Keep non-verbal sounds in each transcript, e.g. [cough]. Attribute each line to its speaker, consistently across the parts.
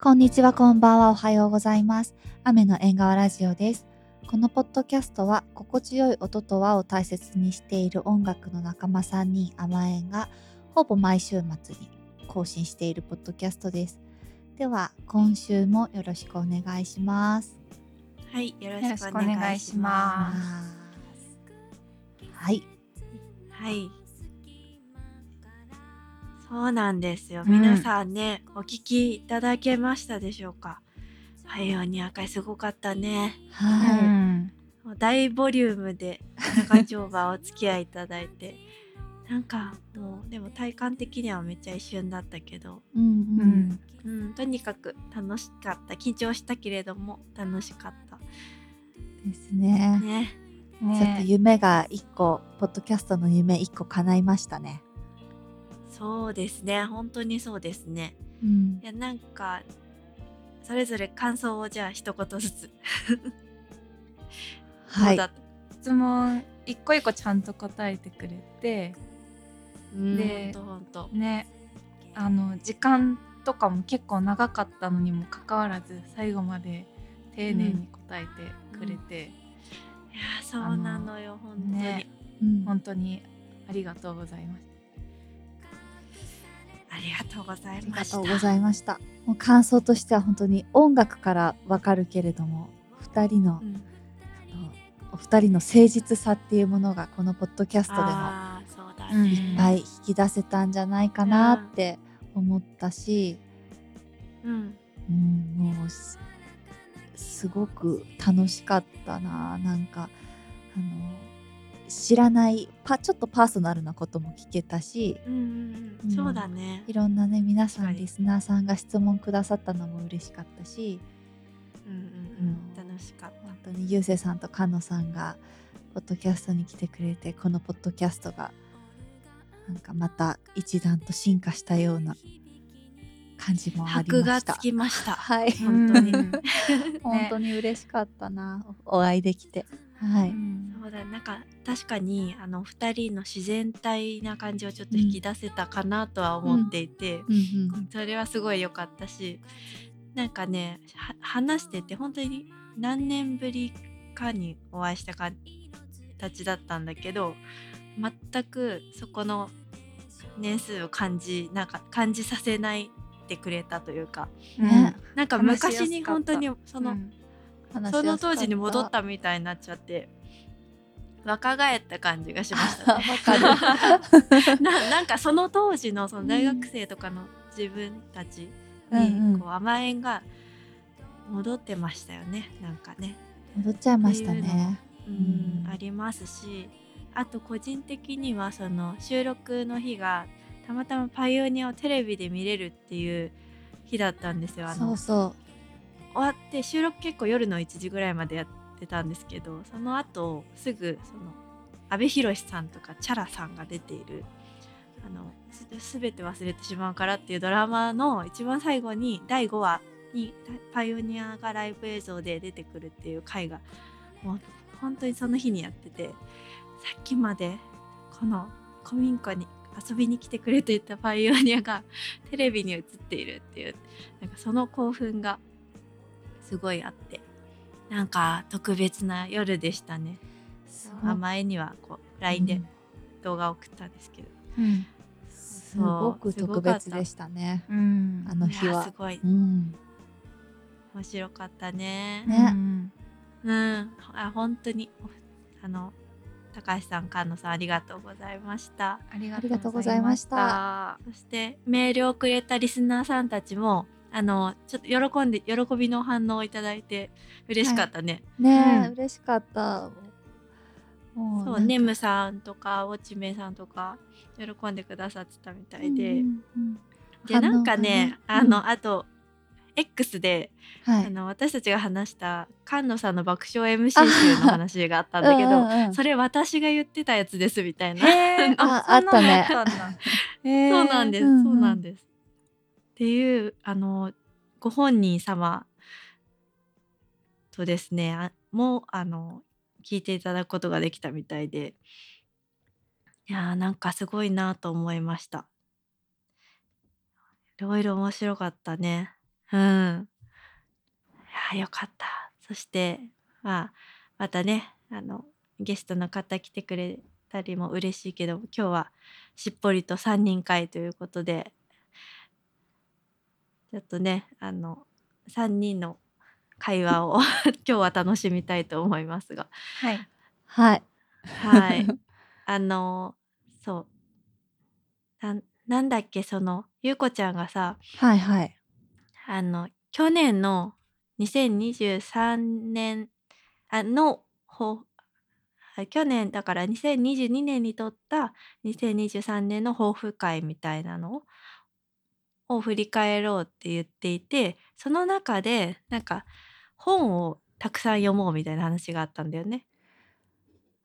Speaker 1: こんにちは、こんばんは、おはようございます。雨の縁側ラジオです。このポッドキャストは、心地よい音と和を大切にしている音楽の仲間3人、甘えんが、ほぼ毎週末に更新しているポッドキャストです。では、今週もよろしくお願いします。
Speaker 2: はい、よろ
Speaker 3: ろ
Speaker 2: し
Speaker 3: し
Speaker 2: く
Speaker 3: く
Speaker 2: お
Speaker 3: お
Speaker 2: 願
Speaker 3: 願
Speaker 2: い
Speaker 3: い
Speaker 2: し
Speaker 3: し
Speaker 2: ま
Speaker 3: ま
Speaker 1: はい。
Speaker 2: す。はい。そうなんですよ。
Speaker 3: うん
Speaker 2: 皆さんね、お聞きいただけましたでしょうか。パイオニア会すごかったね。
Speaker 3: う
Speaker 1: は
Speaker 3: ん
Speaker 2: もう大ボリュームで長丁場お付き合いいただいて。なんかもうでも体感的にはめっちゃ一瞬だったけど、
Speaker 1: い。うん
Speaker 3: う
Speaker 1: うん
Speaker 3: ん。
Speaker 2: うん、とにかく楽しかった緊張したけれども楽しかった
Speaker 1: ですね。
Speaker 2: ね
Speaker 1: ちょっと
Speaker 3: ね
Speaker 1: 夢が一個、ポッドキャストの夢一個叶いましたね。
Speaker 2: そうですね本当にそうですね
Speaker 1: うん
Speaker 2: い。やなんかそれぞれ感想をじゃあ一言ずつ
Speaker 1: は
Speaker 2: どうだ
Speaker 1: い。
Speaker 3: 質問一個一個ちゃんと答えてくれて
Speaker 2: うんほん
Speaker 3: で
Speaker 2: とほんと
Speaker 3: ねあの時間とかも結構長かったのにもかかわらず最後まで丁寧に答えてくれ
Speaker 2: い
Speaker 3: て、
Speaker 2: やそうなのよ本当に、
Speaker 3: ね
Speaker 1: うん
Speaker 3: 本当にありがとうございまし
Speaker 2: ありがとうござ
Speaker 1: あ
Speaker 2: い
Speaker 1: り
Speaker 2: ま
Speaker 1: が
Speaker 2: した
Speaker 1: とうございました。もう感想としては本当に音楽からわかるけれども、二人の
Speaker 2: う、ん
Speaker 1: あのお二人の誠実さっていうものがこのポッドキャストでも
Speaker 2: あーそうだ
Speaker 3: うん
Speaker 2: ね
Speaker 3: い
Speaker 1: いっ
Speaker 3: っ
Speaker 1: ぱい引き出せたんじゃないかなって思ったし、
Speaker 2: うん
Speaker 1: うん、もうすすごく楽しかったな。なんかあの知らないパちょっとパーソナルなことも聞けたし。
Speaker 2: うんうん
Speaker 1: う
Speaker 2: うんんそうだね
Speaker 1: いろんなね皆さ
Speaker 2: は
Speaker 1: ん
Speaker 2: い
Speaker 1: リスナーさんが質問くださったのも嬉しかったし、
Speaker 2: うんうん
Speaker 1: う
Speaker 2: うんん楽しかっ
Speaker 1: 本当にゆうせいさんとかのさんがポッドキャストに来てくれてこのポッドキャストがなんかまた一段と進化したような感じも
Speaker 2: た
Speaker 1: あり
Speaker 2: 箔
Speaker 1: ま
Speaker 2: が
Speaker 1: した
Speaker 2: つきました
Speaker 1: はい
Speaker 3: た
Speaker 2: 本当に
Speaker 3: うん
Speaker 1: 本当に嬉しかったなおお会いできてはい、
Speaker 2: そうだなんか確かにあの二人の自然体な感じをちょっと引き出せたかなとは思っていて、
Speaker 1: うんうん
Speaker 2: それはすごい良かったしなんかねは話してて本当に何年ぶりかにお会いしたかたちだったんだけど全くそこの年数を感じなんか感じさせないでくれたというか
Speaker 3: うん
Speaker 2: なんか
Speaker 3: 話しやすかった
Speaker 2: 昔に本当にその、
Speaker 3: うん
Speaker 1: 話しや
Speaker 2: そ
Speaker 1: すか
Speaker 2: の
Speaker 1: った
Speaker 2: 当時に戻 [laughs] ったみたいになっちゃって若返った感じがしま
Speaker 1: [laughs]
Speaker 2: したね
Speaker 1: わかる
Speaker 2: ななんかその当時のその大学生とかの自分たち
Speaker 1: [laughs] うんう
Speaker 2: に
Speaker 1: ん
Speaker 2: こう甘えんが戻ってましたよねなんかね、
Speaker 1: 戻っちゃいましたね
Speaker 2: うん
Speaker 1: うん
Speaker 2: ありますしあと個人的にはその収録の日がたまたま「パイオニア」をテレビで見れるっていう日だったんですよあ
Speaker 1: そ
Speaker 2: の
Speaker 1: うそ
Speaker 2: 終わって収録結構夜の1時ぐらいまでやってたんですけどその後すぐその阿部寛さんとかチャラさんが出ている「あのすべて忘れてしまうから」っていうドラマの一番最後に第5話にパイオニアがライブ映像で出てくるっていう回がもう本当にその日にやっててさっきまでこの古民家に遊びに来てくれていたパイオニアがテレビに映っているっていうなんかその興奮がすごいあってなんか特別な夜でしたね
Speaker 1: うす
Speaker 2: あ前にはこう LINE で動画送ったんですけど、
Speaker 3: うん
Speaker 1: すごく特別でしたね
Speaker 3: うん
Speaker 1: あの日
Speaker 2: いや
Speaker 1: は
Speaker 2: すごい
Speaker 1: うん
Speaker 2: 面白かったね
Speaker 1: ね
Speaker 3: うん
Speaker 2: うんあ本当にあの高橋さん菅野さんありがとうございました
Speaker 3: あり
Speaker 1: ありがとうございました。
Speaker 2: そしてメールをくれたリスナーさんたちもあのちょっと喜んで喜びの反応をいただいて嬉しかったね、
Speaker 1: ねえ、
Speaker 3: うん
Speaker 1: 嬉しかった。も
Speaker 2: そうネムさんとかウォッチメイさんとか喜んでくださってたみた
Speaker 1: た
Speaker 2: いで、
Speaker 1: 反
Speaker 2: で
Speaker 1: 応が
Speaker 2: なんかね
Speaker 1: ね
Speaker 2: あ
Speaker 1: う
Speaker 2: のあと X で、
Speaker 1: は
Speaker 2: あ
Speaker 1: い。
Speaker 2: の私たちが話した菅野さんの爆笑 MC 集の話があったんだけ
Speaker 1: うん
Speaker 2: ど
Speaker 1: うんうん
Speaker 2: それ私が言ってたやつですみたいな、
Speaker 3: へー
Speaker 1: あ
Speaker 3: そんなの
Speaker 1: あったね
Speaker 3: あったんだへー
Speaker 2: そうなんです、
Speaker 1: うんうん
Speaker 2: そうなんですっていうあのご本人様とですねあもうあの聞いていただくことができたみたいでいやーなんかすごいなと思いましたいろいろ面白かったねうん。ああ、よかった。そして、まあ、またね、あの、ゲストの方来てくれたりも嬉しいけど、今日はしっぽりと3人会ということで、ちょっとね、あの、3人の会話を [laughs] 今日は楽しみたいと思いますが。
Speaker 3: はい
Speaker 1: はい。
Speaker 2: はい。あの、そう。なんなんだっけ、その、ゆうこちゃんがさ、
Speaker 1: はいはい。
Speaker 2: あの去年の2023年あのほあ去年だから2022年にとった2023年の抱負会みたいなのを振り返ろうって言っていてその中でなんか本をたくさん読もうみたいな話があったんだよね。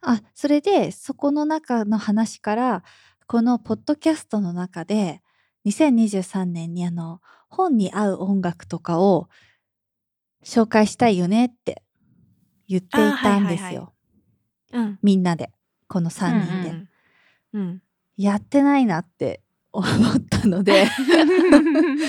Speaker 1: あ、それで、そこの中の話から、このポッドキャストの中で、2023年にあの、本に合う音楽とかを紹介したいよねって言ってい
Speaker 2: あー
Speaker 1: たん
Speaker 2: はいはい
Speaker 1: ですよ。
Speaker 2: はいうん、
Speaker 1: みんなで、この
Speaker 2: う
Speaker 1: 3人で。
Speaker 2: んうんうん
Speaker 1: やってないなって思ったの
Speaker 2: [laughs]
Speaker 1: で、
Speaker 2: うん、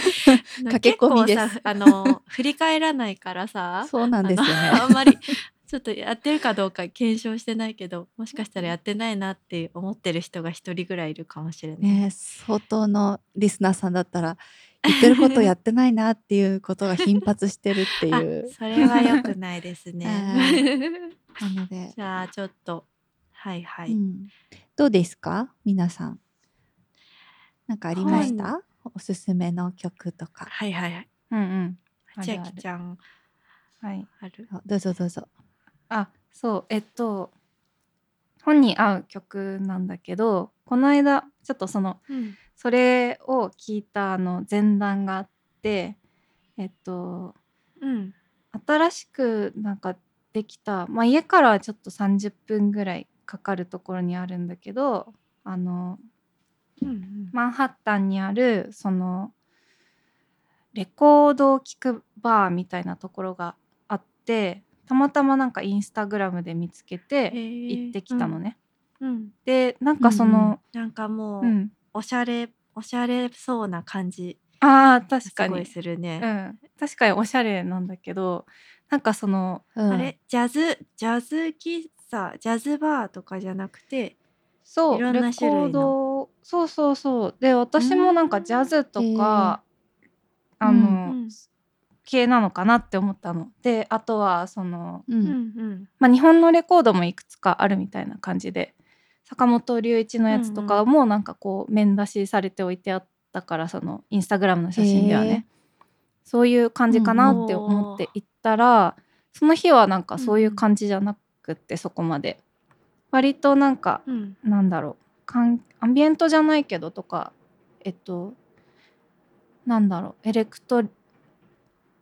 Speaker 1: 駆け込みです
Speaker 2: 結構さあの振り返らないからさ
Speaker 1: そうなんですよ
Speaker 2: [laughs] あの
Speaker 1: ね。
Speaker 2: あんまりちょっとやってるかどうか検証してないけどもしかしたらやってないなって思ってる人が一人ぐらいいるかもしれな
Speaker 1: [laughs]
Speaker 2: い。
Speaker 1: ね相当のリスナーさんだったら、言ってることやってないなっていうことが頻発してるってい
Speaker 2: あ
Speaker 1: う。
Speaker 2: それは良くないですね。
Speaker 1: なので、
Speaker 2: [laughs] じゃ [laughs] あちょっとはいはい、
Speaker 1: うん、どうですか皆さん。なんかありました、おすすめの曲とか。
Speaker 2: はいはいはい。
Speaker 3: [laughs] うんうんある
Speaker 2: 千
Speaker 3: あ
Speaker 2: 秋
Speaker 3: る
Speaker 2: ちゃん
Speaker 3: はい
Speaker 2: ある
Speaker 1: あどうぞどうぞ。
Speaker 3: あそうえっと本に合う曲なんだけどこの間ちょっとその
Speaker 2: うん
Speaker 3: それを聞いたあの前段があってえっと
Speaker 2: うん
Speaker 3: 新しくなんかできた、まあ、家からはちょっと30分ぐらいかかるところにあるんだけどあの
Speaker 2: うん
Speaker 3: マンハッタンにあるそのレコードを聴くバーみたいなところがあってたまたまなんかインスタグラムで見つけて行ってきたの。ね。
Speaker 2: へーうんうん
Speaker 3: でなんかその、
Speaker 2: なんかもう、
Speaker 3: うん
Speaker 2: おしゃれおしゃれそうな感じ
Speaker 3: あー確
Speaker 2: す
Speaker 3: か
Speaker 2: ごい
Speaker 3: に、
Speaker 2: するね。
Speaker 3: うん、確かにおしゃれなんだけどなんかその
Speaker 1: うん
Speaker 2: あれジャズジャズ喫茶ジャズバーとかじゃなくて
Speaker 3: そう
Speaker 2: いろんな種類の
Speaker 3: レコードをそうそうそうで私もなんかジャズとか、
Speaker 1: へー
Speaker 3: あの、
Speaker 2: うん
Speaker 3: 系なのかなって思ったの。であとはその、
Speaker 1: う。
Speaker 2: うんん
Speaker 3: まあ、日本のレコードもいくつかあるみたいな感じで坂本龍一のやつとかもなんかこう面出しされて置いてあったからそのインスタグラムの写真ではねそういう感じかなって思って行ったら、その日はなんかそういう感じじゃなくって、そこまで割となんか
Speaker 2: うんうん
Speaker 3: なんだろうかんアンビエントじゃないけどとかえっとなんだろうエレクト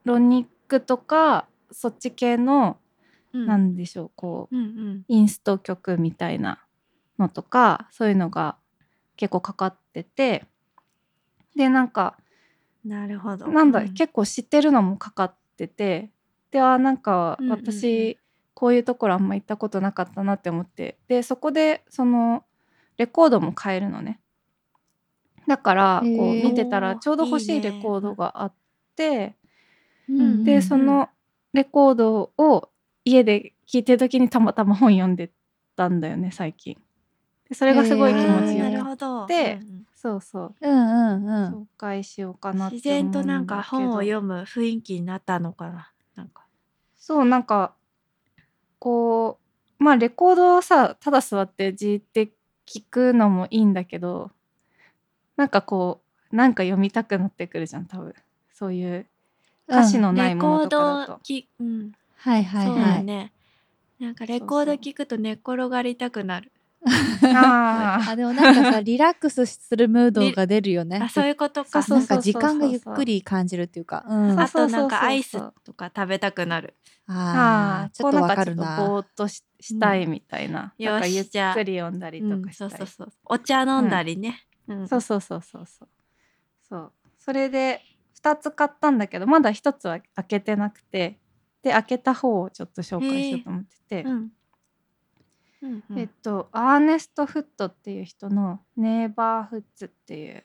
Speaker 3: ロニックとかそっち系の、
Speaker 2: うん
Speaker 3: なんでしょうこう
Speaker 2: うんうん
Speaker 3: インスト曲みたいなのとかそういうのが結構かかっててでなんか
Speaker 2: なるほど
Speaker 3: なんだ、
Speaker 2: う
Speaker 3: 結構知ってるのもかかっててであなんか
Speaker 2: うんうんうん
Speaker 3: 私、こういうところあんま行ったことなかったなって思ってでそこでそのレコードも買えるのねだから
Speaker 1: へー
Speaker 3: こう見てたらちょうど欲し
Speaker 2: い
Speaker 3: い
Speaker 2: いね
Speaker 3: レコードがあって
Speaker 1: うん
Speaker 3: でそのレコードを家で聴いてる時にたまたま本読んでたんだよね最近でそれがすごい気
Speaker 1: 構
Speaker 3: 持ち
Speaker 2: あーな
Speaker 3: よ
Speaker 2: る
Speaker 3: く
Speaker 2: ほど
Speaker 3: で
Speaker 2: うんうん
Speaker 3: そうそう
Speaker 1: うんうんうん。
Speaker 3: 紹介しようかなって思うんだけど
Speaker 2: 自然となんか本を読む雰囲気になったのかななんか
Speaker 3: そうなんかこうまあレコードをさただ座ってじーって聞くのもいいんだけどなんかこうなんか読みたくなってくるじゃん多分そういう歌詞のない
Speaker 2: レ
Speaker 3: も
Speaker 2: コ
Speaker 3: の
Speaker 2: ー
Speaker 3: とかだと
Speaker 2: ド、きうん
Speaker 1: はいはい
Speaker 2: そう
Speaker 1: は
Speaker 2: だ
Speaker 1: い。
Speaker 2: ねなんかレコード聞くと寝転がりたくなる
Speaker 3: あ
Speaker 1: あでもなんかさリラックスするムードが出るよね
Speaker 2: あ。そういうことか
Speaker 3: あそう
Speaker 1: な
Speaker 3: そ
Speaker 1: ん
Speaker 3: うそう
Speaker 1: か時間がゆっくり感じるっていうか。う
Speaker 3: そ
Speaker 1: ん
Speaker 3: う
Speaker 2: あ
Speaker 3: そう
Speaker 2: となんかアイスとか食べたくなる
Speaker 1: あ
Speaker 3: あ
Speaker 1: ー
Speaker 3: ー
Speaker 1: ちょっとわかるな。
Speaker 3: こうなんかちょっとぼーっとししたいみたいな、
Speaker 2: うん
Speaker 3: なんかゆ
Speaker 2: よ
Speaker 3: っ
Speaker 2: しじゃあ
Speaker 3: くり読んだりと
Speaker 2: うん
Speaker 3: かし
Speaker 2: そう
Speaker 3: たい
Speaker 2: そうそうお茶飲んだりねうん
Speaker 3: そうそうそうそうそうそうそれで2つ買ったんだけどまだ1つは開けてなくてで開けた方をちょっと紹介しようと思ってて、
Speaker 2: うんうんうん
Speaker 3: えっとアーネスト・フットっていう人の「ネイバーフッツ」っていう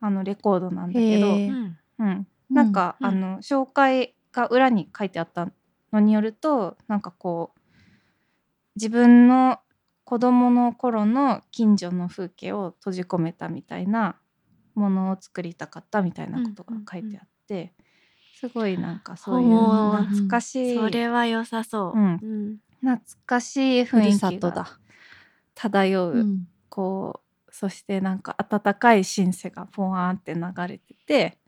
Speaker 3: あのレコードなんだけ
Speaker 1: へ
Speaker 3: ど、
Speaker 1: ー
Speaker 2: うん
Speaker 3: うん、なんか、
Speaker 2: うん
Speaker 3: あの紹介が裏に書いてあったのによるとなんかこう自分の子供の頃の近所の風景を閉じ込めたみたいなものを作りたかったみたいなことが書いてあって、すごいなんかそういう
Speaker 2: ほう
Speaker 3: 懐かしい、
Speaker 2: それは良さそう。
Speaker 3: うん
Speaker 2: ん
Speaker 3: 懐かしい
Speaker 1: ふ
Speaker 3: 雰
Speaker 1: るさ
Speaker 3: 囲気
Speaker 1: と
Speaker 3: が
Speaker 1: だ。
Speaker 3: 漂う、
Speaker 1: うん
Speaker 3: こうそしてなんか温かいシンセがポワーンって流れてて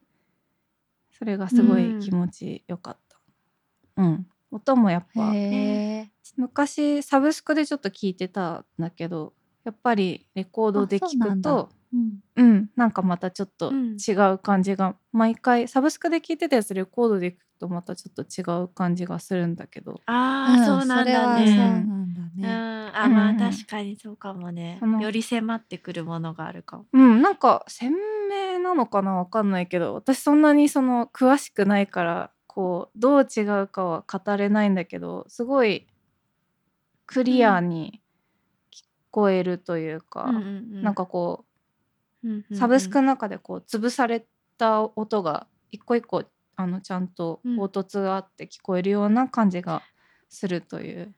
Speaker 3: それがすごい気持ちよかった。うん、音もやっぱ
Speaker 1: へえ。
Speaker 3: 昔サブスクでちょっと聞いてたんだけどやっぱりレコードで
Speaker 1: あそう
Speaker 3: 聞
Speaker 1: なん
Speaker 3: く
Speaker 1: だ
Speaker 3: と
Speaker 1: うん
Speaker 3: うん、なんかまたちょっと
Speaker 2: うん
Speaker 3: 違う感じが、毎回サブスクで聞いてたやつレコードで聞くとまたちょっと違う感じがするんだけど
Speaker 2: ああ、そうなんだ
Speaker 1: それはそう
Speaker 2: ね。
Speaker 1: なんだ
Speaker 2: うん、
Speaker 1: ね。
Speaker 2: あ、ま
Speaker 3: う
Speaker 2: あ
Speaker 3: んうん
Speaker 2: 確かにそうかもね
Speaker 3: そ。の
Speaker 2: より迫ってくるものがあるかも。
Speaker 3: うんなんか鮮明なのかなわかんないけど私そんなにその詳しくないからこうどう違うかは語れないんだけどすごいクリアに聞こえるというか、
Speaker 2: うんうんうん
Speaker 3: なん、かこう
Speaker 2: うんうんうん
Speaker 3: サブスクの中でこう潰された音が一個一個あのちゃんと
Speaker 2: うん
Speaker 3: 凹凸があって聞こえるような感じがするという。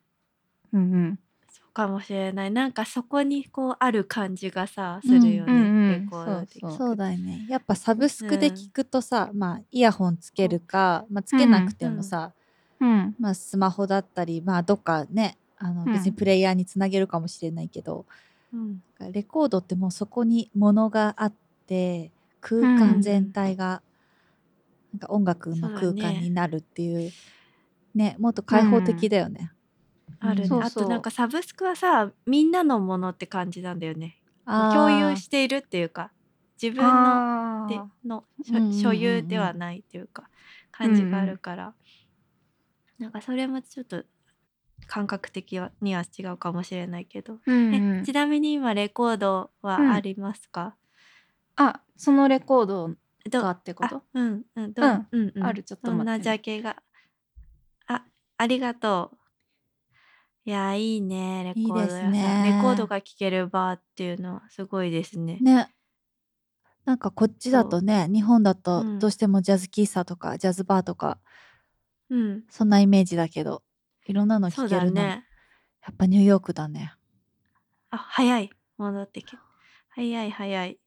Speaker 3: うんうん、
Speaker 2: そうかもしれない。なんかそこにこうある感じがさ、するよね。
Speaker 3: うんうんうん
Speaker 2: レコードで聞く
Speaker 3: そう
Speaker 1: そうだよね。やっぱサブスクで聞くとさ、まあイヤホンつけるか、まあつけなくてもさ、
Speaker 3: うん、
Speaker 1: まあスマホだったり、まあどっかね、あの
Speaker 3: うん
Speaker 1: 別にプレイヤーにつなげるかもしれないけど、
Speaker 2: うん
Speaker 1: レコードってもうそこに物があって空間全体がなんか音楽の
Speaker 2: そ
Speaker 1: 空
Speaker 2: うだね
Speaker 1: 間になるっていうねもっと開放的だよね。
Speaker 2: あるね、
Speaker 3: そう
Speaker 2: あ
Speaker 3: そう
Speaker 2: となんかサブスクはさみんなのものって感じなんだよね
Speaker 1: あー
Speaker 2: 共有しているっていうか自分の
Speaker 3: あ
Speaker 2: で
Speaker 3: ー
Speaker 2: の
Speaker 1: うんうんうんうん
Speaker 2: 所所有ではないというか感じがあるから、なんかそれもちょっと感覚的には違うかもしれないけど、
Speaker 3: うんう
Speaker 2: え
Speaker 3: ん
Speaker 2: ちなみに今レコードはありますか、
Speaker 3: あそのレコード
Speaker 2: ど
Speaker 3: がってこ
Speaker 2: あ
Speaker 3: と
Speaker 2: うんうんど
Speaker 3: うん
Speaker 2: うんうん
Speaker 3: あるちょっと
Speaker 2: どん
Speaker 3: 待っ
Speaker 2: な
Speaker 3: て
Speaker 2: ジャケがあありがとういやーいいねレコード屋さん
Speaker 1: いいですね
Speaker 2: レコードが聴けるバーっていうのはすごいですね
Speaker 1: ねなんかこっちだとね日本だと
Speaker 2: うん
Speaker 1: どうしてもジャズ喫茶とかジャズバーとか
Speaker 2: うん
Speaker 1: そんなイメージだけどいろんなの
Speaker 2: そ
Speaker 1: 聴
Speaker 2: う
Speaker 1: け
Speaker 2: だ
Speaker 1: るの、
Speaker 2: ね
Speaker 1: やっぱニューヨークだね。
Speaker 2: あ早い戻ってき早い早い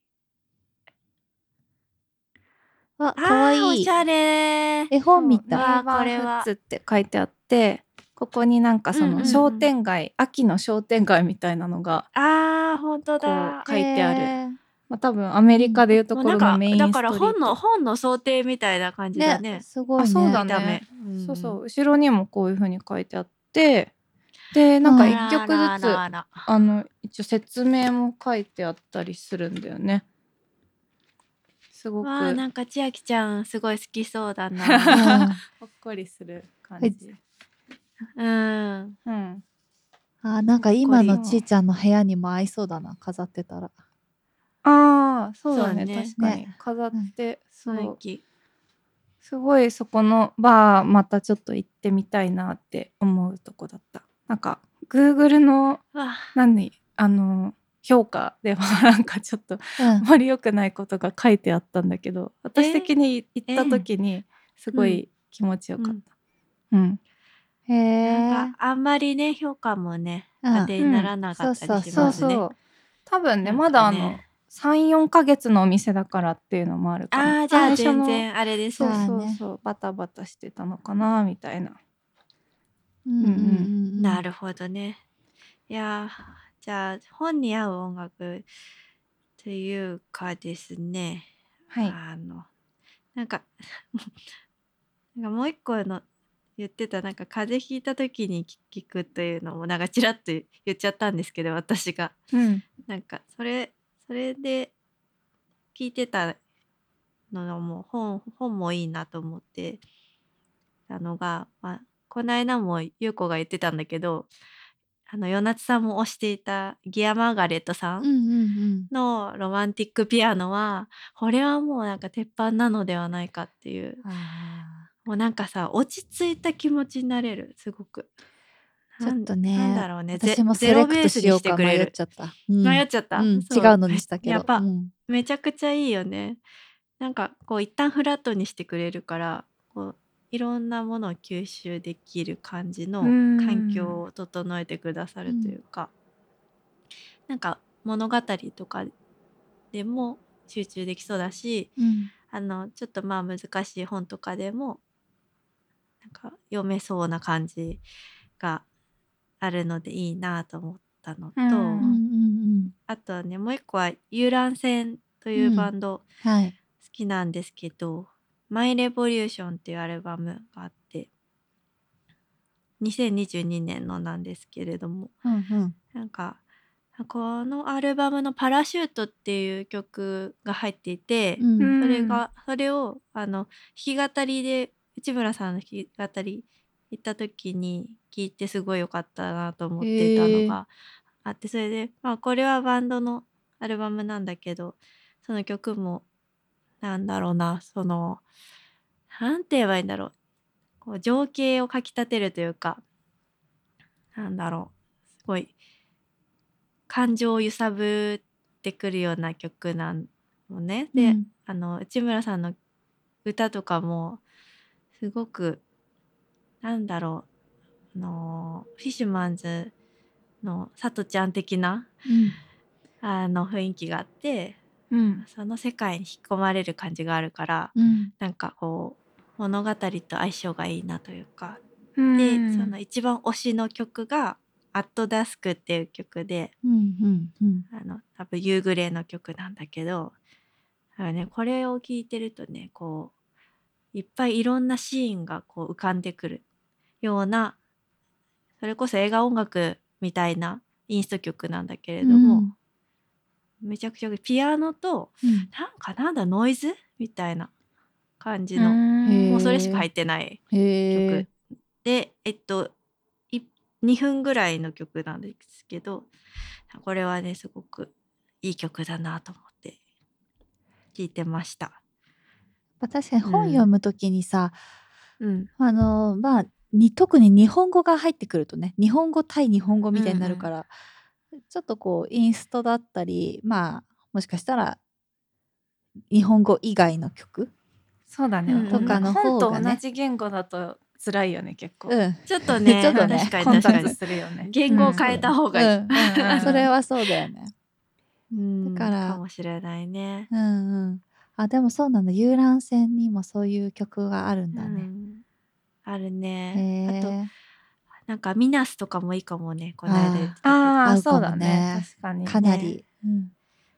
Speaker 1: わ
Speaker 2: あ
Speaker 1: かわ
Speaker 2: ー
Speaker 1: い
Speaker 2: お
Speaker 1: い
Speaker 2: しゃれー
Speaker 1: 絵本みたい。
Speaker 2: わ
Speaker 3: ネ
Speaker 2: あ
Speaker 3: イバ
Speaker 2: これ
Speaker 3: ーフ
Speaker 2: は
Speaker 3: ッツって書いてあってここになんかそ
Speaker 2: うんうんう
Speaker 3: の
Speaker 2: ん
Speaker 3: 商店街、秋の商店街みたいなのが、
Speaker 2: あー本当
Speaker 3: こう
Speaker 2: だ
Speaker 3: 書いてある
Speaker 1: へ
Speaker 3: まあ、多分アメリカでいうと
Speaker 2: も
Speaker 3: こ
Speaker 2: う
Speaker 3: ろ
Speaker 2: な
Speaker 3: の
Speaker 2: ん
Speaker 3: メイン
Speaker 2: か
Speaker 3: スト
Speaker 2: だ
Speaker 3: リート
Speaker 2: から本の本の想定みたいな感じだ
Speaker 1: ー
Speaker 2: ね
Speaker 1: ねすごいね。
Speaker 3: あそうだ
Speaker 2: 見
Speaker 3: ね
Speaker 2: た目、ん
Speaker 3: そうそう後ろにもこういう風に書いてあってでなんか
Speaker 1: うん
Speaker 3: 一曲ずつ
Speaker 2: あららら
Speaker 3: あの一応説明も書いてあったりするんだよねすごく
Speaker 2: わあ
Speaker 3: ほ
Speaker 2: なんか千秋ちゃんすごい好きそうだ
Speaker 3: [laughs]
Speaker 1: う
Speaker 2: な。
Speaker 1: ん
Speaker 3: っこりする感
Speaker 1: じ
Speaker 2: うん。
Speaker 3: うん
Speaker 1: あーなんか今
Speaker 2: ほっ
Speaker 1: の
Speaker 3: こり
Speaker 1: ちーちゃんの部屋にも合いそうだな飾ってたら
Speaker 3: ああそうだね
Speaker 2: そうだね
Speaker 3: 確かに
Speaker 1: ね
Speaker 3: 飾ってそう
Speaker 2: 雰囲気。
Speaker 3: すごいそこのバーまたちょっと行ってみたいなって思うとこだったなんか Google の
Speaker 2: わあ。
Speaker 3: 何あの評価ではなんかちょっとあ
Speaker 1: うん
Speaker 3: まり良くないことが書いてあったんだけど私的に行っ
Speaker 2: え
Speaker 3: た
Speaker 2: ー
Speaker 3: 時にすごい気持ちよかった。うん
Speaker 1: へ
Speaker 2: なん
Speaker 1: え
Speaker 2: かあんまりね評価もね
Speaker 1: うん
Speaker 2: 当てにならなかったりし
Speaker 3: そ
Speaker 2: ま
Speaker 3: う
Speaker 2: す
Speaker 3: そう、
Speaker 2: ね。
Speaker 3: 多分
Speaker 2: なんかね
Speaker 3: ねまだあの34ヶ月のお店だからっていうのもあるか
Speaker 2: あ
Speaker 3: ら
Speaker 2: あじゃあ
Speaker 3: 最初
Speaker 2: 全
Speaker 3: の
Speaker 2: 然あれです
Speaker 3: そう
Speaker 1: じゃあ
Speaker 2: ね。
Speaker 3: そう
Speaker 1: ね
Speaker 3: そう、バタバタしてたのかなみたいな
Speaker 1: うん
Speaker 3: うん
Speaker 2: なるほどね。いやーじゃあ本に合う音楽というかですね。
Speaker 3: はい
Speaker 2: あのなんか [laughs] なんかもう一個の言ってたなんか風邪ひいた時に聞くというのもなんかちらっと言っちゃったんですけど私が
Speaker 3: うん
Speaker 2: なんかそれそれで聞いてたのも本本もいいなと思ってたのが、まあ、この間も優子が言ってたんだけどあの与那津さんも推していたギア・マーガレットさん
Speaker 1: うんうん
Speaker 2: のロマンティックピアノはこれはもうなんか鉄板なのではないかっていう
Speaker 1: うんあ
Speaker 2: もうなんかさ落ち着いた気持ちになれるすごく
Speaker 1: ちょっと
Speaker 2: なん
Speaker 1: ね
Speaker 2: なんだろうね
Speaker 1: 私もセレクトしよう
Speaker 2: ゼロ
Speaker 1: か
Speaker 2: ベースにし
Speaker 1: 迷
Speaker 2: てくれ
Speaker 1: っ
Speaker 2: る
Speaker 1: ちゃった、うん
Speaker 2: 迷っちゃった、
Speaker 1: うん違
Speaker 2: そう
Speaker 1: のにしたけど
Speaker 2: やっぱ
Speaker 1: うん
Speaker 2: めちゃくちゃいいよねなんかこう一旦フラットにしてくれるからこういろんなものを吸収できる感じの
Speaker 3: うん
Speaker 2: 環境を整えてくださるというか、なんか物語とかでも集中できそうだし
Speaker 1: うん
Speaker 2: あのちょっとまあ難しい本とかでもなんか読めそうな感じがあるのでいいなと思ったのと、
Speaker 3: うん
Speaker 1: うんうん
Speaker 2: あとはねもう一個は遊覧船というバンド、
Speaker 1: うんはい
Speaker 2: 好きなんですけど「マイ・レボリューション」っていうアルバムがあって2022年のなんですけれども
Speaker 1: うんうん
Speaker 2: なんかこのアルバムの「パラシュート」っていう曲が入っていて、
Speaker 1: うん
Speaker 3: ん
Speaker 2: それがそれをあの弾き語りで内村さんの弾き語り行った時に聞いてすごい良かったなと思ってたのがあって、それで、まあ、これはバンドのアルバムなんだけどその曲もなんだろうなそのなんて言えばいいんだろうこう情景をかきたてるというかなんだろうすごい感情を揺さぶってくるような曲なんのね。で、
Speaker 1: うん
Speaker 2: あの内村さんの歌とかもすごくなんだろうあのフィッシュマンズのさとちゃん的な
Speaker 1: うん
Speaker 2: あの雰囲気があって
Speaker 3: うん
Speaker 2: その世界に引き込まれる感じがあるから
Speaker 1: うん
Speaker 2: なんかこう物語と相性がいいなというか
Speaker 3: うん
Speaker 2: でその一番推しの曲が「アットダスク」っていう曲で
Speaker 1: うんうんうん
Speaker 2: あの多分夕暮れの曲なんだけどあの、ね、これを聴いてるとねこういっぱいいろんなシーンがこう浮かんでくるようなそれこそ映画音楽みたいなインスト曲なんだけれども、めちゃくちゃピアノと
Speaker 1: うん
Speaker 2: なんかなんだノイズみたいな感じ
Speaker 3: う
Speaker 2: の、
Speaker 3: ん
Speaker 1: へー
Speaker 2: もうそれしか入ってない
Speaker 1: へ
Speaker 2: 曲
Speaker 1: え
Speaker 2: でえっとい2分ぐらいの曲なんですけどこれはねすごくいい曲だなと思って聴いてました。
Speaker 1: まあ確かに本読むときにさ、
Speaker 2: うん、
Speaker 1: あのまあに特に日本語が入ってくるとね日本語対日本語みたいになるから、ちょっとこうインストだったりまあもしかしたら日本語以外の曲、
Speaker 3: そうだね、
Speaker 2: うん
Speaker 1: とかの方
Speaker 3: 本と
Speaker 1: がね
Speaker 3: 同じ言語だと辛いよね結構、
Speaker 1: うん、
Speaker 2: ちょっとね
Speaker 1: ちょっとね
Speaker 2: 確かに
Speaker 3: 混
Speaker 2: 確か
Speaker 3: 雑
Speaker 2: に
Speaker 3: するよね
Speaker 2: 言語を変えた方がいい、
Speaker 1: うん
Speaker 3: うん [laughs] うん
Speaker 1: それはそうだよね。
Speaker 2: うん
Speaker 1: だから
Speaker 2: かもしれないね。
Speaker 1: うんうん、あでもそうなんだ遊覧船にもそういう曲があるんだ
Speaker 2: う
Speaker 1: ね。
Speaker 2: んある
Speaker 1: へ
Speaker 2: ね。
Speaker 1: え
Speaker 2: あとなんかミナスとかもいいかもねこの間言ってたけど
Speaker 3: あ
Speaker 1: 合
Speaker 3: あ
Speaker 1: うか
Speaker 3: そ
Speaker 1: もね
Speaker 3: うだね確かに
Speaker 1: かなり、うん、
Speaker 3: う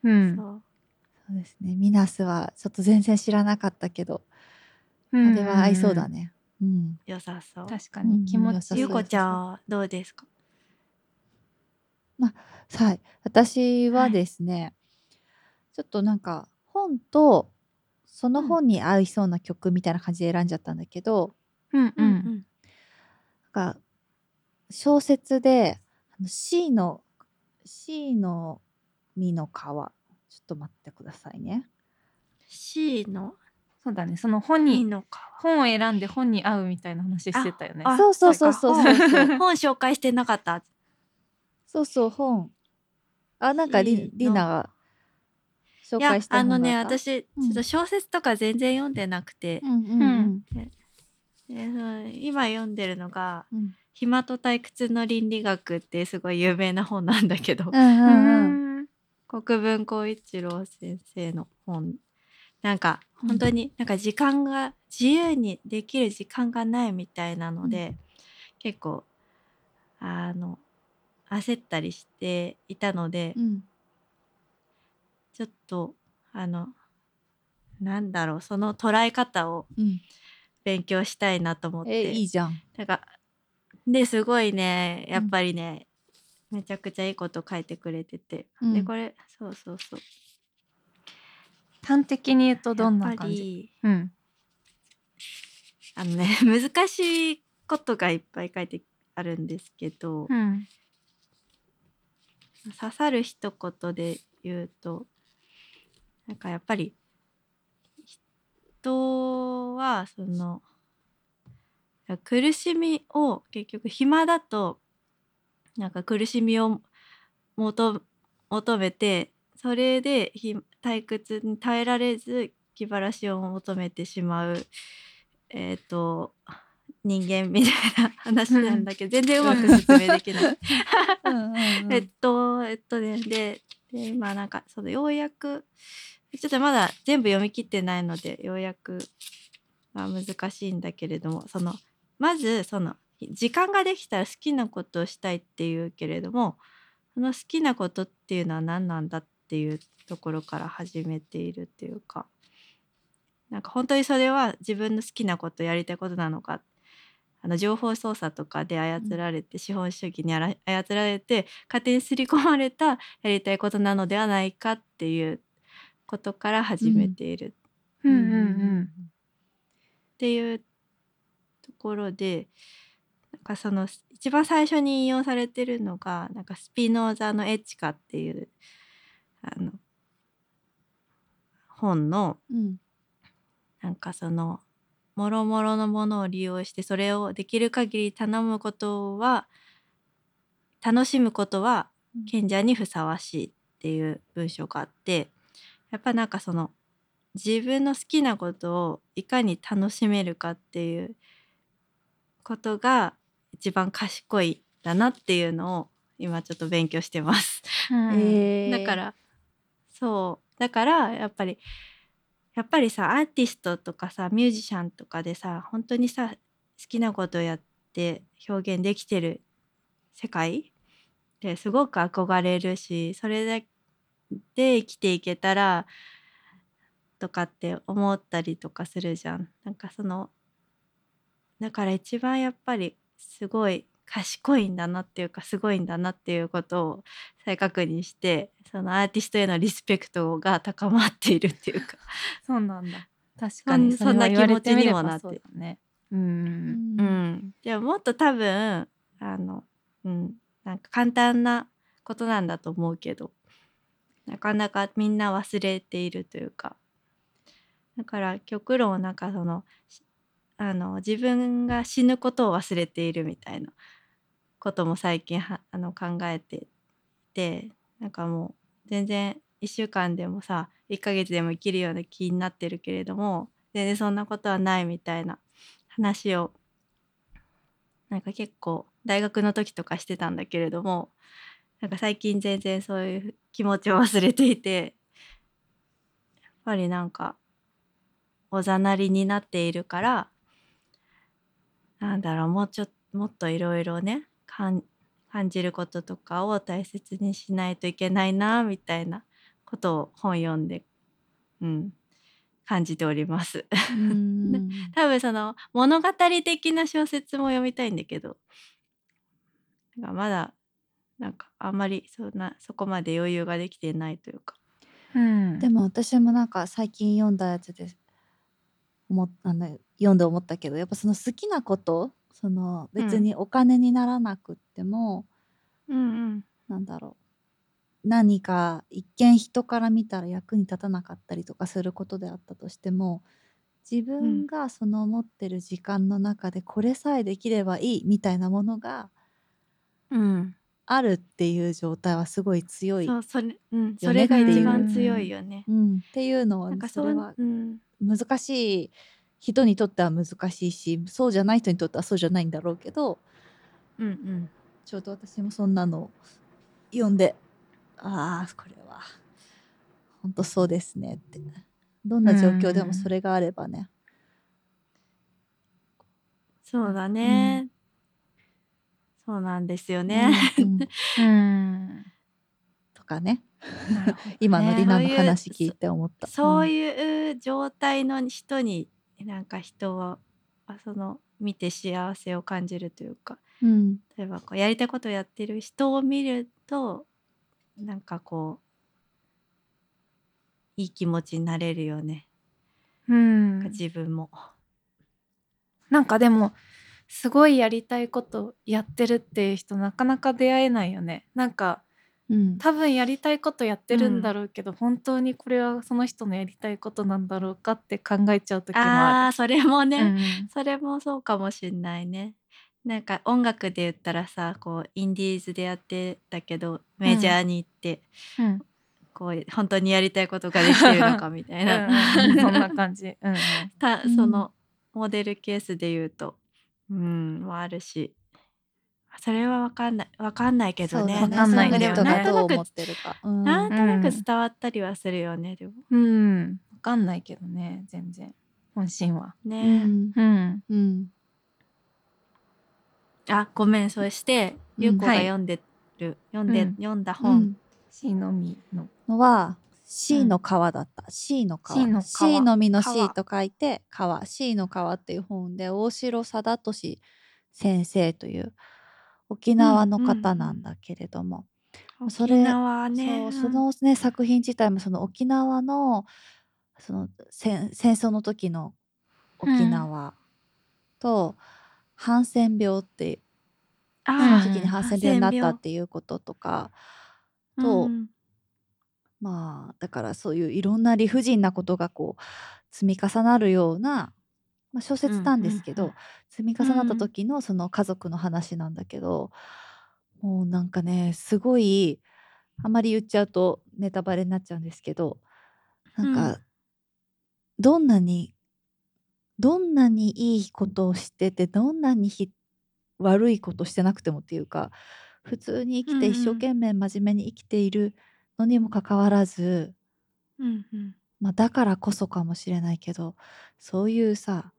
Speaker 2: そ
Speaker 3: ん
Speaker 2: う
Speaker 1: そうですねミナスはちょっと全然知らなかったけど、
Speaker 3: うん
Speaker 1: あれは合いそうだね。うん、
Speaker 2: 良さそう。
Speaker 3: 確か
Speaker 1: うん
Speaker 3: に気持
Speaker 1: 良さそう
Speaker 3: ち
Speaker 2: ゆう
Speaker 3: よ
Speaker 2: こちゃんはどうですか？
Speaker 1: はい、私ははいですね、ちょっとなんか本とその
Speaker 2: うん
Speaker 1: 本に合いそうな曲みたいな感じで選んじゃったんだけど、
Speaker 3: うんうん
Speaker 1: なんか小説であの C の C の実の皮ちょっと待ってくださいね。
Speaker 2: C の
Speaker 3: そうだねその本
Speaker 2: E
Speaker 3: に
Speaker 2: のか。
Speaker 3: 本を選んで本に合うみたいな話してたよね
Speaker 2: あ
Speaker 1: そうそうそうそう
Speaker 2: そ
Speaker 1: そうう
Speaker 2: か
Speaker 1: そう [laughs]
Speaker 2: 本紹介してなかった。
Speaker 1: そうそう本あなんか
Speaker 2: C の
Speaker 1: りりなが紹
Speaker 2: いや
Speaker 1: 介した
Speaker 2: あ
Speaker 1: 本
Speaker 2: のね
Speaker 1: がった
Speaker 2: 私ち
Speaker 1: うん
Speaker 2: ょっと小説とか全然読んでなくて
Speaker 1: う、んうんうん
Speaker 2: でその今読んでるのが
Speaker 1: うんうん
Speaker 2: 「暇と退屈の倫理学」ってすごい有名な本なんだけど、
Speaker 1: うん
Speaker 3: う
Speaker 1: うん
Speaker 3: ん
Speaker 2: 国分光一郎先生の本なんか本当になんか時間が自由にできる時間がないみたいなので、結構あの焦ったりしていたので、
Speaker 1: うん
Speaker 2: ちょっとあのなんだろうその捉え方を
Speaker 1: うん
Speaker 2: 勉強したいなと思って
Speaker 1: えいいじゃん。
Speaker 2: なんかですごいねやっぱりね、めちゃくちゃいいこと書いてくれてて、
Speaker 1: うん
Speaker 2: でこれそうそうそう
Speaker 3: 端的に言うとどん
Speaker 2: や
Speaker 3: な
Speaker 2: っぱ
Speaker 3: 感じ
Speaker 2: り
Speaker 3: うん
Speaker 2: あのね [laughs] 難しいことがいっぱい書いてあるんですけど、
Speaker 3: うん
Speaker 2: 刺さる一言で言うとなんかやっぱり人はその苦しみを結局暇だとなんか苦しみを求求めてそれでひ退屈に耐えられず気晴らしを求めてしまうえっ、と人間みたいな話なんだけど、全然うまく説明できない。
Speaker 1: うんうん
Speaker 2: えっとえっとねでで今なんかそのようやくちょっとまだ全部読み切ってないのでようやくは難しいんだけれどもそのまずその時間ができたら好きなことをしたいっていうけれどもその好きなことっていうのは何なんだっていうところから始めているっていうかなんか本当にそれは自分の好きなことやりたいことなのかあの情報操作とかで操られて、資本主義にあら操られて勝手に刷り込まれたやりたいことなのではないかっていうことから始めている
Speaker 3: う
Speaker 1: うんん
Speaker 3: うんうん
Speaker 2: っていうところでなんかその一番最初に引用されてるのがなんかスピノーザの「エッチカ」っていうあの本の
Speaker 1: うん
Speaker 2: なんかそのもろもろのものを利用してそれをできる限り頼むことは楽しむことは
Speaker 1: うん
Speaker 2: 賢者にふさわしいっていう文章があってやっぱなんかその自分の好きなことをいかに楽しめるかっていうことが一番賢いだなっていうのを今ちょっと勉強してます。
Speaker 3: うん
Speaker 1: えー
Speaker 2: だからそうだからやっぱりやっぱりさアーティストとかさミュージシャンとかでさ本当にさ好きなことやって表現できてる世界ってすごく憧れるしそれだで生きていけたらとかって思ったりとかするじゃん。なんかそのだから一番やっぱりすごい賢いんだなっていうかすごいんだなっていうことを再確認してそのアーティストへのリスペクトが高まっているっていうか
Speaker 3: そうなんだ確かに
Speaker 2: そんそ
Speaker 3: れは
Speaker 2: んな
Speaker 3: 言われみれ
Speaker 2: 気持ちに
Speaker 3: ば
Speaker 2: もなって
Speaker 3: そうだねうん
Speaker 2: う、んでももっと多分あのうんなんか簡単なことなんだと思うけどなかなかみんな忘れているというかだから極論なんかそのしあの自分が死ぬことを忘れているみたいなことも最近はあの考えていてなんかもう全然1週間でもさ1ヶ月でも生きるような気になってるけれども全然そんなことはないみたいな話をなんか結構大学の時とかしてたんだけれどもなんか最近全然そういう気持ちを忘れていてやっぱりなんかおざなりになっているからなんだろうもうちょっもっといろいろねかん感じることとかを大切にしないといけないなみたいなことを本読んで、うん、感じております。
Speaker 1: うん
Speaker 2: [laughs] ね多分その物語的な小説も読みたいんだけどなんかまだなんかあんまりそんなそこまで余裕ができてないというか。
Speaker 3: うん、
Speaker 1: でも私もなんか最近読んだやつで思っあの読んで思ったけどやっぱその好きなことその
Speaker 2: うん
Speaker 1: 別にお金にならなくっても、
Speaker 2: うん
Speaker 1: なんだろう何か一見人から見たら役に立たなかったりとかすることであったとしても自分がその持ってる時間の中でこれさえできればいいみたいなものが
Speaker 2: うんうん、
Speaker 1: あるっていう状態はすごい強い、
Speaker 2: そううそれ,、うん、
Speaker 1: よ
Speaker 2: そ
Speaker 1: ね
Speaker 2: れが
Speaker 1: っていう
Speaker 2: 一番強いよね。
Speaker 1: ん、っていうのは
Speaker 2: なんか
Speaker 1: そ
Speaker 2: そう
Speaker 1: れは
Speaker 2: うん、
Speaker 1: 難しい人にとっては難しいしそうじゃない人にとってはそうじゃないんだろうけど
Speaker 2: うんうん
Speaker 1: ちょうど私もそんなの読んでああこれは本当そうですねってどんな状況で
Speaker 3: うん
Speaker 1: もそれがあればね、
Speaker 2: そうだね、そうなんですよ [laughs] ね。
Speaker 1: うんうん
Speaker 3: うん
Speaker 1: とかね
Speaker 3: なるほど
Speaker 1: 今の
Speaker 2: ね
Speaker 1: りな
Speaker 2: そう
Speaker 1: の
Speaker 2: いう
Speaker 1: 話聞いて思った、
Speaker 2: そう
Speaker 1: うん
Speaker 2: いう状態の人になんか人はその見て幸せを感じるというか
Speaker 1: うん
Speaker 2: 例えばこうやりたいことをやってる人を見るとなんかこういい気持ちになれるよね、
Speaker 3: う
Speaker 2: な
Speaker 3: ん
Speaker 2: んか自分も。
Speaker 3: なんかでもすごいやりたいことやってるっていう人なかなか出会えないよねなんか
Speaker 1: うん
Speaker 3: 多分やりたいことやってるんだろうけど、本当にこれはその人のやりたいことなんだろうかって考えちゃう時も
Speaker 2: あ
Speaker 3: あ
Speaker 2: あそれもね、
Speaker 3: る。
Speaker 2: それもそうかもしんないね。なんか音楽で言ったらさこうインディーズでやってたけどメジャーに行って、
Speaker 3: うんうん
Speaker 2: こう本当にやりたいことができてるのかみたいな、
Speaker 3: うん
Speaker 2: [laughs]
Speaker 3: うんそんな感じ、うんうん
Speaker 2: た
Speaker 1: うん
Speaker 2: そのモデルケースで言うとうんもあるしそれは分かんない分かんないけどね
Speaker 3: わかんないんだよね
Speaker 1: その
Speaker 2: な
Speaker 1: 人
Speaker 2: ん
Speaker 1: が
Speaker 2: と
Speaker 1: どう
Speaker 2: な
Speaker 1: 思
Speaker 2: く
Speaker 1: ってるか。うん
Speaker 2: なんとな
Speaker 3: う
Speaker 2: く
Speaker 3: ん
Speaker 2: 伝わったりはするよねでも
Speaker 3: うん、わかんないけどね全然本心は。
Speaker 1: う
Speaker 2: ね、
Speaker 1: ん
Speaker 3: うん、
Speaker 1: うん
Speaker 2: あごめんそして
Speaker 1: うん
Speaker 2: ゆうこが
Speaker 3: はい
Speaker 2: 読んでる、読んで、
Speaker 3: うん
Speaker 2: 読んだ
Speaker 1: う
Speaker 2: 本、
Speaker 1: ん
Speaker 3: しのみの。
Speaker 1: のは C の川だった、C の川
Speaker 3: C の川
Speaker 1: C の実の
Speaker 2: 川
Speaker 1: C と書いて川 C の川っていう本で大城貞俊先生という沖縄の方なんだけれども、それ
Speaker 2: 沖縄ね
Speaker 1: そうその、ね、作品自体もその沖縄のその戦戦争の時の沖縄と、ハンセン病ってその
Speaker 2: あ
Speaker 1: 時にハンセン病になったっていうこととか、
Speaker 2: ー
Speaker 1: と
Speaker 2: うん
Speaker 1: まあだからそういういろんな理不尽なことがこう積み重なるような、まあ、小説なんですけど、
Speaker 2: うんうん
Speaker 1: 積み重なった時のその家族の話なんだけど、もうなんかねすごいあまり言っちゃうとネタバレになっちゃうんですけどなんか、
Speaker 2: うん
Speaker 1: どんなにどんなにいいことをしててどんなにひ悪いことしてなくてもっていうか普通に生きて
Speaker 2: うんうん
Speaker 1: 一生懸命真面目に生きているのにもかかわらず、
Speaker 2: うんうん
Speaker 1: まあ、だからこそかもしれないけどそういうさ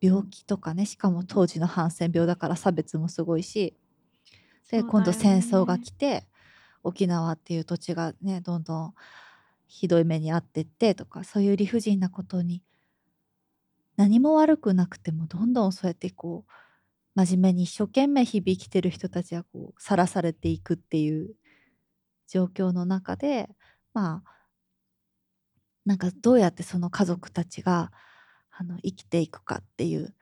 Speaker 1: 病気とかねしかも当時のハンセン病だから差別もすごいしで、
Speaker 2: そうだよね
Speaker 1: 今度戦争が来て沖縄っていう土地がねどんどんひどい目に遭ってってとかそういう理不尽なことに何も悪くなくてもどんどんそうやってこう真面目に一生懸命日々生きてる人たちはこうさらされていくっていう状況の中でまあなんかどうやってその家族たちがあの生きていくかっていう、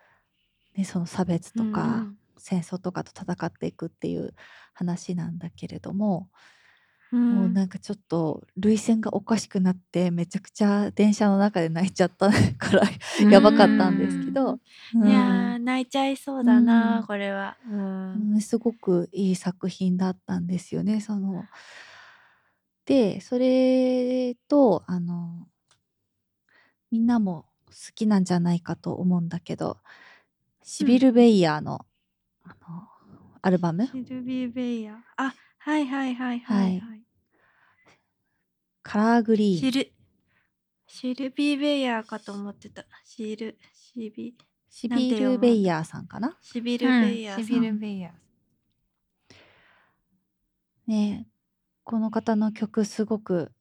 Speaker 1: ね、その差別とか、戦争とかと戦っていくっていう話なんだけれども、
Speaker 2: うんうん、
Speaker 1: もうなんかちょっと涙腺がおかしくなってめちゃくちゃ電車の中で泣いちゃった [laughs] からやばかったんですけど、うん
Speaker 2: いやー泣いちゃいそうだな、
Speaker 1: うん
Speaker 2: これは、う
Speaker 1: うんんすごくいい作品だったんですよね。そのでそれとあのみんなも好きなんじゃないかと思うんだけどシビル・ベイヤーの,、あのアルバム
Speaker 2: シルビー・ベイヤーあはいはいはいはい、はい
Speaker 1: カラーグリーン
Speaker 2: シルシルビー・ベイヤーかと思ってたシルシビ
Speaker 1: シビル・ベイヤーさんかな
Speaker 2: シビル・
Speaker 3: うん
Speaker 2: ベイヤーさん、
Speaker 3: シビルベイヤー。
Speaker 1: ねえこの方の曲すごく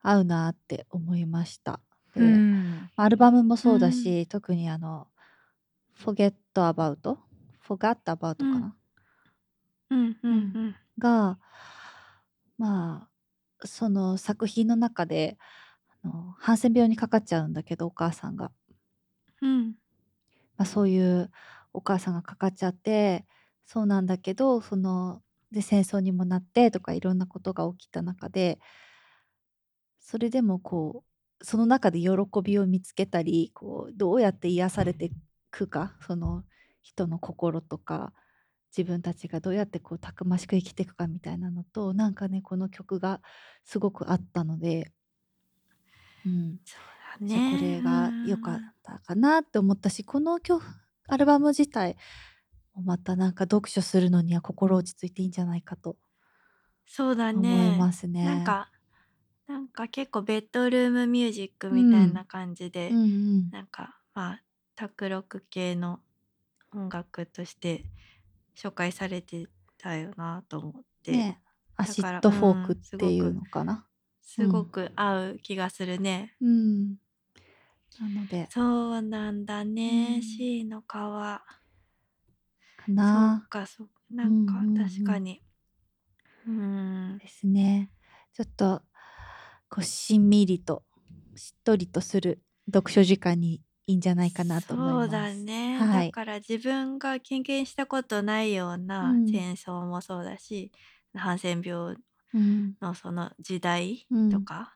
Speaker 1: 合うなって思いました。で
Speaker 3: うん
Speaker 1: アルバムもそうだし、特にあの「Forget About」「Forgot About」かな、
Speaker 2: うんうんうん
Speaker 1: がまあその作品の中であのハンセン病にかかっちゃうんだけどお母さんが。
Speaker 2: うん
Speaker 1: まあ、そういうお母さんがかかっちゃってそうなんだけどそので戦争にもなってとかいろんなことが起きた中でそれでもこうその中で喜びを見つけたりこうどうやって癒されていくかその人の心とか自分たちがどうやってこうたくましく生きていくかみたいなのとなんかねこの曲がすごくあったので。うん、
Speaker 2: そうだ
Speaker 1: そ
Speaker 2: ね
Speaker 1: これが良かったかなって思ったしこの曲アルバム自体もまたなんか読書するのには心落ち着いていいんじゃないかと
Speaker 2: そうだ
Speaker 1: 思
Speaker 2: ね
Speaker 1: いますね。
Speaker 2: なんかなんか結構ベッドルームミュージックみたいな感じで、
Speaker 1: うんうん
Speaker 2: なんかまあ卓録系の音楽として紹介されてたよなと思って、
Speaker 1: ねア
Speaker 2: ら
Speaker 1: シッドフォークっ
Speaker 2: うんすごく
Speaker 1: ていうのかな。
Speaker 2: すごく合う気がするね。
Speaker 1: うん、なので
Speaker 2: そうなんだね、
Speaker 1: うん
Speaker 2: C の川
Speaker 1: か
Speaker 2: そ
Speaker 1: な
Speaker 2: うかそうなんか
Speaker 1: うんうんうん
Speaker 2: 確かにうん
Speaker 1: ですね。ちょっとこうしんみりとしっとりとする読書時間にいいんじゃないかなと思います。
Speaker 2: そうだね、
Speaker 1: はい
Speaker 2: だから自分が経験したことないような
Speaker 1: うん
Speaker 2: 戦争もそうだし、ハンセン病
Speaker 1: うん
Speaker 2: のその時代とか、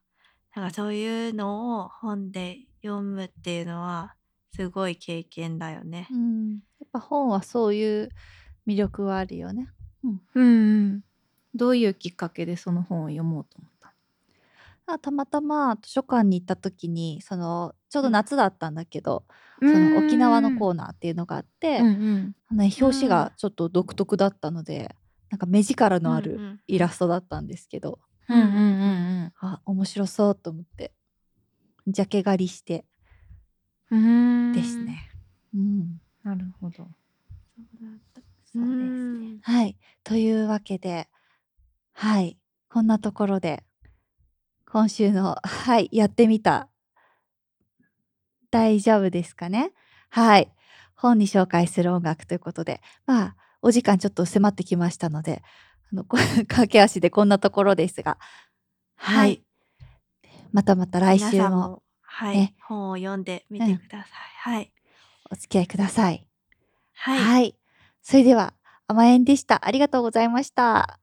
Speaker 2: なんかそういうのを本で読むっていうのはすごい経験だよね
Speaker 1: う。ん、やっぱ本はそういう魅力はあるよね。
Speaker 3: うんうん。どういうきっかけでその本を読もうと思った
Speaker 1: あたまたま図書館に行った時にそのちょうど夏だったんだけど、
Speaker 3: そ
Speaker 1: その沖縄のコ
Speaker 3: ー
Speaker 1: ーナーっていうのがあって、
Speaker 3: うんうん
Speaker 1: あのね表紙がちょっと独特だったのでなんか目力のあ
Speaker 2: うんう
Speaker 1: る
Speaker 2: ん
Speaker 1: イラストだったんですけど、
Speaker 3: うんうんうん
Speaker 1: あ面白そうと思ってジャケ狩りして
Speaker 3: うんうーん
Speaker 1: ですね。うん
Speaker 3: なるほど
Speaker 1: そうですね
Speaker 2: ね。
Speaker 1: はい。というわけで、はい。こんなところで、今週の、 [laughs] はい、やってみた。大丈夫ですかねはい。本に紹介する音楽ということで、まあ、お時間ちょっと迫ってきましたので、あの、こ [laughs] 駆け足でこんなところですが、は。
Speaker 2: はいい
Speaker 1: またまた来週
Speaker 2: 皆さん
Speaker 1: も
Speaker 2: はい、
Speaker 1: ね
Speaker 2: 本を読んでみ
Speaker 1: う
Speaker 2: て
Speaker 1: ん
Speaker 2: ください。はい
Speaker 1: お付き合いください。
Speaker 2: はい。
Speaker 1: はい。それでは、甘えんでした。ありがとうございました。